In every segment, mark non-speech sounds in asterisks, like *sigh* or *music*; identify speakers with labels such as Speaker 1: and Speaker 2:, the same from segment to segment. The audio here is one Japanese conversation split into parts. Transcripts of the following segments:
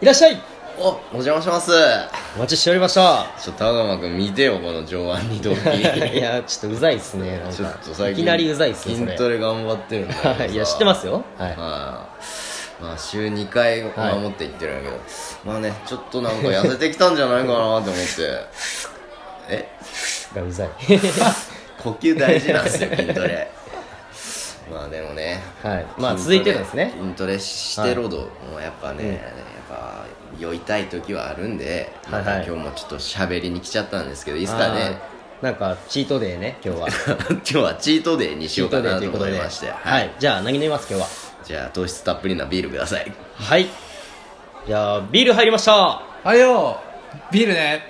Speaker 1: いらっしゃい
Speaker 2: おお邪魔します
Speaker 1: お待ちしておりました
Speaker 2: ちょっと田川君見てよこの上腕二頭
Speaker 1: *laughs*
Speaker 2: 筋
Speaker 1: いやちょっとうざいっすねなん
Speaker 2: ちょっ
Speaker 1: か
Speaker 2: と最
Speaker 1: い
Speaker 2: 近
Speaker 1: きなりうざいっすねそれ
Speaker 2: 筋トレ頑張ってるんだけどさ
Speaker 1: いや知ってますよはい
Speaker 2: はいまあ週2回
Speaker 1: はい
Speaker 2: 守っていってるんだけど、まあねちょっとなんか痩せてきたんじゃないかなと思って
Speaker 1: *laughs*
Speaker 2: え
Speaker 1: が *laughs* うざい
Speaker 2: 呼吸大事なんですよ筋トレまあでもね
Speaker 1: はいまあ
Speaker 2: 筋ト
Speaker 1: 続
Speaker 2: レ
Speaker 1: いてなんですね
Speaker 2: 筋トレしてろど、もうやっぱね、やっぱ酔いたい時はあるんでま
Speaker 1: はい
Speaker 2: た
Speaker 1: はい
Speaker 2: 今日もちょっと喋りに来ちゃったんですけどいい
Speaker 1: い
Speaker 2: ですかね
Speaker 1: なんかチートデーね今日は
Speaker 2: *laughs* 今日はチートデーにし
Speaker 1: チー
Speaker 2: ようか
Speaker 1: トデー
Speaker 2: な
Speaker 1: とい
Speaker 2: と
Speaker 1: うこと
Speaker 2: 思い
Speaker 1: で
Speaker 2: まして、
Speaker 1: はいいじゃあ何飲みます今日は
Speaker 2: じゃあ糖質たっぷりなビールください
Speaker 1: はいじゃあビール入りました
Speaker 3: あれよビールね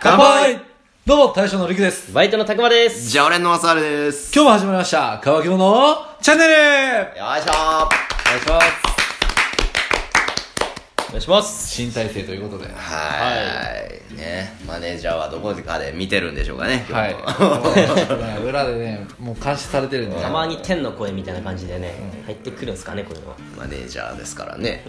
Speaker 2: 乾杯
Speaker 3: どうも大将のりくです
Speaker 1: バイトのたくまです
Speaker 2: じゃあ俺のマサルです
Speaker 3: 今日も始まりました乾き物のチャンネル
Speaker 2: よいしょー
Speaker 3: お願いします
Speaker 1: お願いします
Speaker 3: 新体制ということでは
Speaker 2: はーいねマネージャーはどこかで見てるんでしょうかね今日も
Speaker 3: い裏でねもう監視されてるんで
Speaker 1: たまに天の声みたいな感じでね入ってくるんですかねこれは
Speaker 2: *laughs* マネージャーですからね。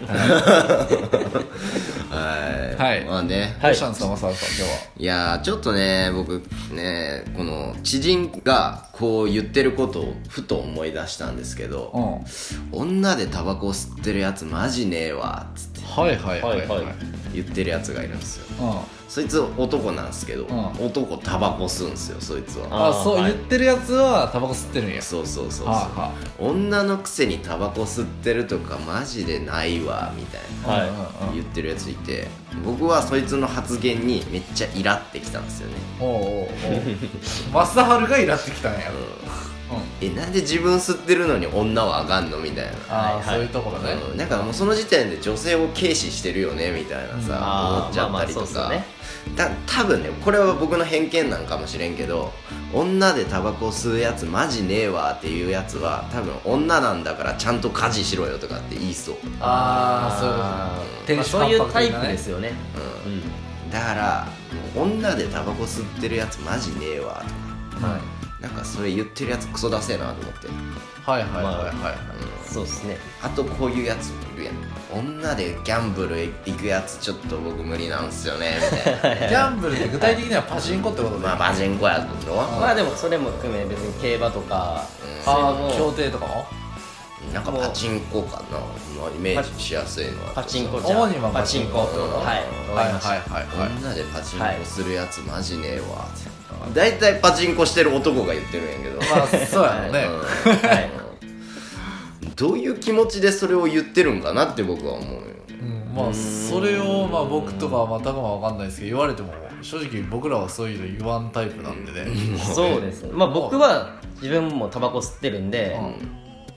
Speaker 2: はい。
Speaker 3: は
Speaker 2: *laughs*
Speaker 3: い
Speaker 2: まあね。
Speaker 1: は
Speaker 3: ど
Speaker 1: いう
Speaker 3: したんですかマサルさん今日はい
Speaker 2: やーちょっとね僕ねこの知人がこう言ってることをふと思い出したんですけど
Speaker 3: うん
Speaker 2: 女でタバコ吸ってるやつマジねえわっつって
Speaker 3: はいはいはいはい
Speaker 1: は
Speaker 3: はいい
Speaker 1: はい
Speaker 2: 言ってるやつがいるんですよ
Speaker 3: うん
Speaker 2: そいつ男なんですけど、
Speaker 3: ん
Speaker 2: 男タバコ吸うんですよそいつは
Speaker 1: あ
Speaker 3: あ
Speaker 1: ー
Speaker 3: そう
Speaker 1: はい
Speaker 3: 言ってるやつはタバコ吸ってるんや
Speaker 2: そうそうそうそう、
Speaker 3: は
Speaker 2: 女のくせにタバコ吸ってるとかマジでないわみたいな
Speaker 3: あは
Speaker 1: はい
Speaker 3: あうんうんうん
Speaker 2: 言ってるやついて僕はそいつの発言にめっちゃイラってきたんですよね
Speaker 3: おうおうおうマサハルがイラってきたんやうん
Speaker 2: えなんで自分吸ってるのに女はあかんのみたいな
Speaker 1: は
Speaker 3: ああ
Speaker 1: いはい
Speaker 3: そういうところね
Speaker 2: うんなんかもうその時点で女性を軽視してるよねみたいな
Speaker 1: あー
Speaker 2: さ思っちゃったりと
Speaker 1: まあ
Speaker 2: か
Speaker 1: まあそうっ
Speaker 2: た多分ねこれは僕の偏見なんかもしれんけど女でタバコ吸うやつマジねえわっていうやつは多分女なんだからちゃんと家事しろよとかって言いそう
Speaker 3: ああそういうことね
Speaker 1: まあ
Speaker 3: 天使
Speaker 1: そういうタイプ
Speaker 3: 関白的なね
Speaker 1: ですよねうん
Speaker 2: だからもう女でタバコ吸ってるやつマジねえわとか
Speaker 3: はい
Speaker 2: なんかそれ言ってるやつクソだせえなと思って、うん
Speaker 3: はいはいはいはい、
Speaker 1: そうですね
Speaker 2: あとこういうやついるやん女でギャンブル行くやつちょっと僕無理なんすよねみたいな
Speaker 3: ギャンブルって具体的にはパチンコってことね、
Speaker 2: まあ
Speaker 3: あ
Speaker 2: バジンコやとの
Speaker 1: まあでもそれも含め別に競馬とか
Speaker 3: あ
Speaker 1: そういうの
Speaker 3: 協
Speaker 1: も
Speaker 3: 定とかも
Speaker 2: なんかパチンコかな、まあ、イメージしやすいのは
Speaker 1: パチンコじゃ
Speaker 3: 主には
Speaker 1: パ
Speaker 3: パ
Speaker 1: チ
Speaker 3: チ
Speaker 1: ン
Speaker 3: ン
Speaker 1: コ
Speaker 3: コ
Speaker 1: はいわか
Speaker 3: はい
Speaker 1: りました
Speaker 3: はいはいはい
Speaker 2: 女でパチンコするやつマジねえわって大体、パチンコしてる男が言ってるんやけど
Speaker 3: まあそうやろうね、
Speaker 1: はい
Speaker 2: うんどういう気持ちでそれを言ってるんかなって僕は思うよ
Speaker 3: うんまあそれをまあ僕とかまたかもわかんないですけど言われても正直僕らはそういうの言わんタイプなんで *laughs* ね
Speaker 1: そうですねまあ僕は自分もタバコ吸ってるんで
Speaker 3: うん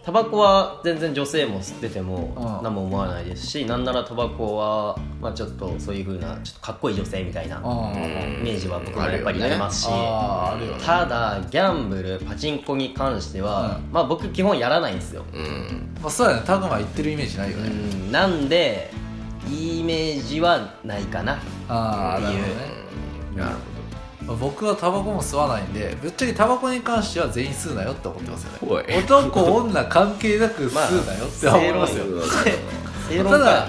Speaker 1: タバコは全然女性も吸ってても
Speaker 3: うん
Speaker 1: 何も思わないですしなんならタバコはまあちょっとそういう風なちょっとかっこいい女性みたいな
Speaker 3: あ
Speaker 2: うん
Speaker 1: イメージは僕もやっぱりあ
Speaker 2: あるよ
Speaker 1: り
Speaker 2: ね
Speaker 1: ますし
Speaker 3: あーあるよね
Speaker 1: ただギャンブルパチンコに関しては
Speaker 3: う
Speaker 1: まあ僕基本やらないんですよ
Speaker 2: うん
Speaker 3: まあそうやねタグマ言ってるイメージないよ
Speaker 1: う
Speaker 3: ね、
Speaker 1: んなんでいいイメージはないかな
Speaker 3: ああなるほどね、
Speaker 2: なる
Speaker 3: まあ僕はタバコも吸わないんでぶっちゃけタバコに関しては全員吸うなよって思ってます
Speaker 1: *laughs*
Speaker 3: よね
Speaker 2: ほどい
Speaker 3: 男女関係なく吸うなよって思いますよ、
Speaker 1: 正論
Speaker 3: た
Speaker 1: か
Speaker 3: だ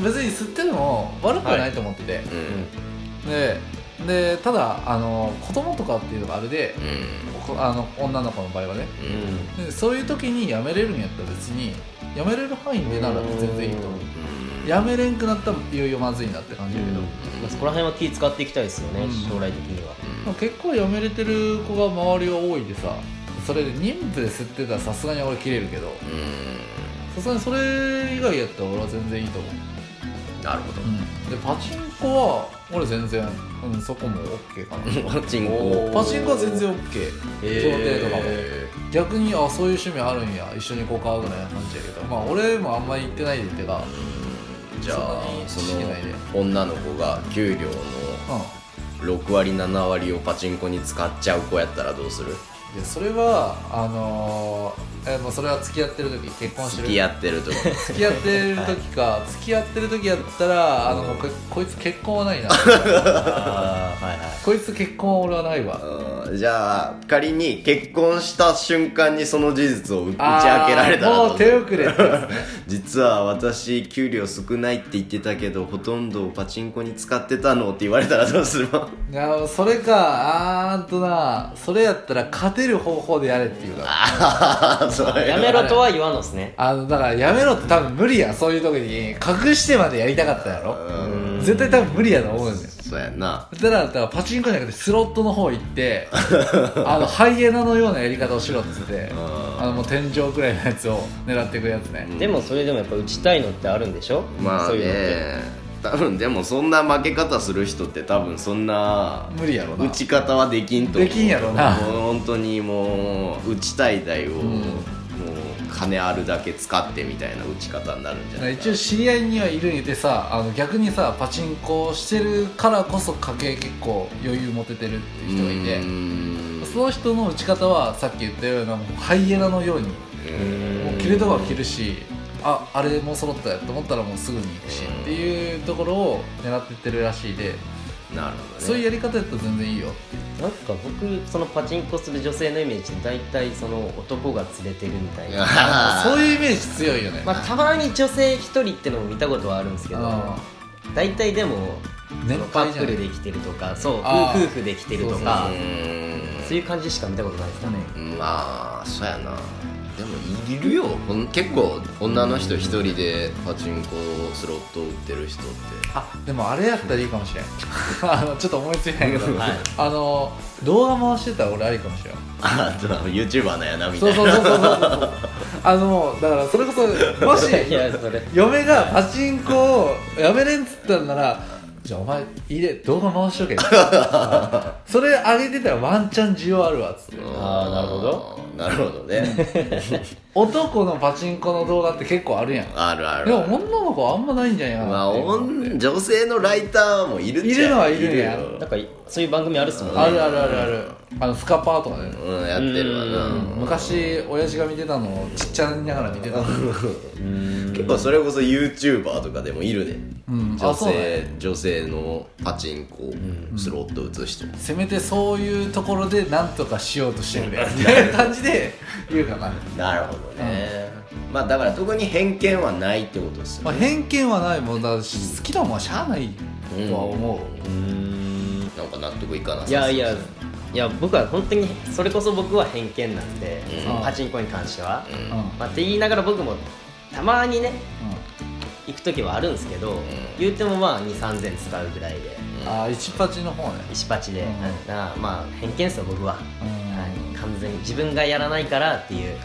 Speaker 3: 別に吸ってるのも悪くはないと思ってて、
Speaker 2: うん
Speaker 3: ででただあの子供とかっていうのがあれで
Speaker 2: う、ん
Speaker 3: こあの女の子の場合はね
Speaker 1: うん
Speaker 2: うん
Speaker 3: でそういう時にやめれるんやったら別にやめれる範囲でなら全然いいと思うやめれんくなったらいよいよまずいなって感じだけど、
Speaker 1: まあそこら辺は気使っていきたいですよね、
Speaker 3: うん
Speaker 1: 将来的には
Speaker 3: まあ結構やめれてる子が周りは多いでさそれで妊婦で吸ってたらさすがに俺切れるけど
Speaker 2: うん
Speaker 3: さすがにそれ以外やったら俺は全然いいと思う、
Speaker 2: なるほど
Speaker 3: でパチンコは俺全然、うん、そこも OK か
Speaker 2: *laughs*
Speaker 3: な
Speaker 2: パチン
Speaker 1: おー
Speaker 2: コ
Speaker 3: パチンコは全然 OK
Speaker 2: え
Speaker 3: 協定とかも逆にあそういう趣味あるんや一緒に行こうかぐらいな感じやけどまあ俺もあんまり行ってないでってか
Speaker 2: じゃあそ
Speaker 3: そんなに知識ないで
Speaker 2: の女の子が給料の
Speaker 3: うん
Speaker 2: 6割7割をパチンコに使っちゃう子やったらどうする
Speaker 3: いやそれはあのーえもうそれは付き合ってる時結婚して
Speaker 2: 付
Speaker 3: る
Speaker 2: き合ってる *laughs* と
Speaker 3: 付き合ってる時か、付き合ってる時やったらあのもうここいつ結婚は *laughs* ないな
Speaker 1: あーはいはい
Speaker 3: こいつ結婚は俺はないわ
Speaker 2: うんじゃあ仮に結婚した瞬間にその事実を打ち明けられたら
Speaker 3: あー
Speaker 2: ど
Speaker 3: もう
Speaker 2: うす
Speaker 3: 手
Speaker 2: る
Speaker 3: 遅れってやつね
Speaker 2: *laughs* 実は私給料少ないって言ってたけどほとんどパチンコに使ってたのって言われたらどうする *laughs* の
Speaker 3: いやそれかあーんとなそれやったら勝てる方法でやれっていうか
Speaker 2: ああそ
Speaker 1: *laughs*
Speaker 2: れ
Speaker 1: やめろとは言わんのっすね
Speaker 3: あのだからやめろって多分無理やんそういう時に隠してまでやりたかったやろ
Speaker 2: うん
Speaker 3: 絶対多分無理やと思うんだよ
Speaker 2: *laughs* そうやんな
Speaker 3: だからだったらパチンコじゃなくてスロットの方行って
Speaker 2: *laughs*
Speaker 3: あのハイエナのようなやり方をしろっつってあのもう天井くらいのやつを狙っていくやつね
Speaker 1: でもそれでもやっぱ打ちたいのってあるんでしょ
Speaker 2: まあ
Speaker 1: そういうのって
Speaker 2: ね多分でもそんな負け方する人って多分そんな
Speaker 3: 無理やろな
Speaker 2: 打ち方はできんと思う
Speaker 3: できんやろな
Speaker 2: もう本当にもう打ちたい台を、も
Speaker 3: ん
Speaker 2: う金あるだけ使ってみたいな打ち方になるんじゃない
Speaker 3: 一応知り合いにはいるんやてさあの逆にさパチンコをしてるからこそ家計結構余裕持ててるっていう人がいて
Speaker 2: うーん
Speaker 3: その人の打ち方はさっき言ったようなもうハイエナのように
Speaker 1: うん
Speaker 3: もう切るとこは切るしああれもう揃ったやと思ったらもうすぐに行くしっていうところを狙ってってるらしいで
Speaker 2: なるほどね
Speaker 3: そういうやり方やったら全然いいよ
Speaker 1: なんか僕そのパチンコする女性のイメージって大体その男が連れてるみたい
Speaker 2: *laughs*
Speaker 1: な
Speaker 2: あー
Speaker 3: そういうイメージ強いよね、
Speaker 1: まあたまに女性一人ってのも見たことはあるんですけど
Speaker 3: あ
Speaker 1: 大体でもそ
Speaker 3: 年
Speaker 1: のカ
Speaker 3: 配
Speaker 1: ッ
Speaker 3: じゃ
Speaker 1: プ
Speaker 3: ない
Speaker 1: ルで来てるとかそう
Speaker 3: あ
Speaker 1: 夫
Speaker 3: ー
Speaker 1: 夫婦で来てると
Speaker 2: う
Speaker 1: か
Speaker 2: ーん
Speaker 1: そういう感じしか見たことないですかね
Speaker 2: まあそうやなでもいるよほん結構女の人一人でパチンコスロット打ってる人って
Speaker 3: あでもあれやったらいいかもしれん *laughs* あのちょっと思いついないけど、
Speaker 1: はい
Speaker 3: あの動画回してたら俺ありかもしれん
Speaker 2: ああ YouTuber なんやなみた
Speaker 3: そ
Speaker 2: い
Speaker 3: う
Speaker 2: な
Speaker 3: そうそうそうそうそうあのだからそれこそもし
Speaker 1: *laughs* いやそれ
Speaker 3: 嫁がパチンコをやめれんっつったんならじゃあお前入れ動画回し
Speaker 2: *laughs*
Speaker 3: とけそれ上げてたらワンチャン需要あるわっつって
Speaker 1: あーなるほど
Speaker 2: なるほどね
Speaker 3: 男のパチンコの動画って結構あるやん
Speaker 2: あるあ
Speaker 3: で
Speaker 2: る
Speaker 3: も女の子はあんまないんじゃないかな
Speaker 2: まあ
Speaker 3: っていう
Speaker 2: 女女性のライターもいるっちゃ
Speaker 3: いるのはいるんや
Speaker 2: よ
Speaker 1: なんかそういう番組あるっすもんね
Speaker 3: あるあるあるあるあのスカパーとかね、
Speaker 2: うんやってるわな
Speaker 1: う
Speaker 3: 昔親父が見てたのをちっちゃいながら見てたの
Speaker 2: 結構それこそ YouTuber とかでもいるね、
Speaker 3: うん
Speaker 2: 女
Speaker 3: あそうなん
Speaker 2: 性女性のパチンコスロット打つ人、
Speaker 3: せめてそういうところでなんとかしよう
Speaker 2: *laughs*
Speaker 3: としてるねみたいな感じで言うかな、
Speaker 2: なるほどね、まあだから特に偏見はないってことですよ
Speaker 3: まあ、偏見はないもんだし好きなもんはしゃあないとは思う、
Speaker 1: うん
Speaker 2: なんか納得いかなさ
Speaker 1: いやいやいや僕は本当にそれこそ僕は偏見なんで、
Speaker 3: うん
Speaker 1: パチンコに関しては、
Speaker 2: うん
Speaker 3: うん
Speaker 1: まあ、って言いながら僕もたまにね行く時はあるんですけど、言うてもまあ2 3 0 0 0使うぐらいで
Speaker 3: うんああ一パチの方ね、
Speaker 1: 石パチで、
Speaker 3: うん
Speaker 1: だからまあ偏見っすよ僕は、
Speaker 3: うん
Speaker 1: はい、完全に自分がやらないからっていう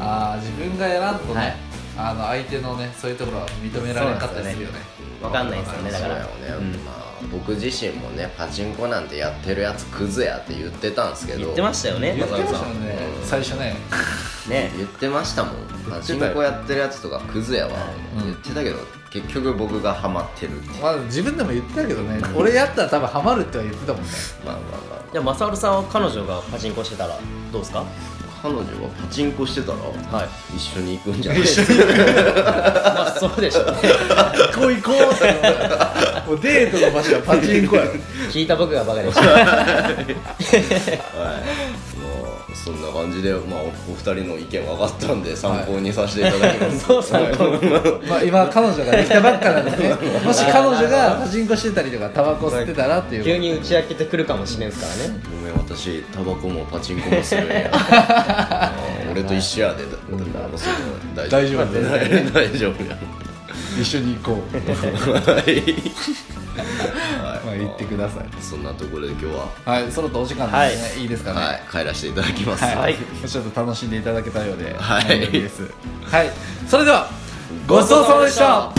Speaker 3: ああ自分がやらんとね、
Speaker 1: はい
Speaker 3: あの相手のねそういうところは認められなかったりするよね
Speaker 1: わかんないですよねだから
Speaker 2: そうやよね、まあ僕自身もねパチンコなんてやってるやつクズやって言ってたんですけど
Speaker 1: 言ってましたよね
Speaker 3: 言ってましたもんね
Speaker 2: うん
Speaker 3: 最初ね
Speaker 1: ね
Speaker 2: 言ってましたもんパチンコやってるやつとかクズやわ、
Speaker 3: うん
Speaker 2: 言ってたけど結局僕がハマってるっていう
Speaker 3: まあ自分でも言ってたけどね俺やったら多分ハマるっては言ってたもんね
Speaker 2: まあまあまあ
Speaker 1: じゃあ正治さんは彼女がパチンコしてたらどうですか
Speaker 2: 彼女はパチンコしてたら、
Speaker 1: はい
Speaker 2: 一緒に行くんじゃない
Speaker 1: まあそうでしょうね
Speaker 3: 行こう行こうって思うよもうデートの場所はパチンコやろ
Speaker 1: 聞いた僕がバカでした
Speaker 2: はい、まあそんな感じで、まあ、おお二人の意見分かったんで参考にさせていただきます、
Speaker 1: *laughs* そう参考に
Speaker 3: まあ今彼女ができたばっかなんでねもし彼女がパチンコしてたりとかタバコ吸ってたらっていう
Speaker 1: 急に打ち明けてくるかもしれんすからね
Speaker 2: ごめん私タバコもパチンコもするん
Speaker 3: *laughs*
Speaker 2: やあー俺と一緒やでだだだだそう
Speaker 3: 大丈夫
Speaker 2: 大丈夫 *laughs* 大丈夫や
Speaker 3: 一緒に行こう
Speaker 2: *laughs* はい、
Speaker 3: まあ言ってください
Speaker 2: そんなところで今日は、
Speaker 3: はいそろそろお時間なんですね、い、いですかね、
Speaker 2: はい、帰らせていただきます、
Speaker 3: はい、ちょっと楽しんでいただけたようで、
Speaker 2: はい
Speaker 3: いいです。はい、それでは、ごちそうさまでした。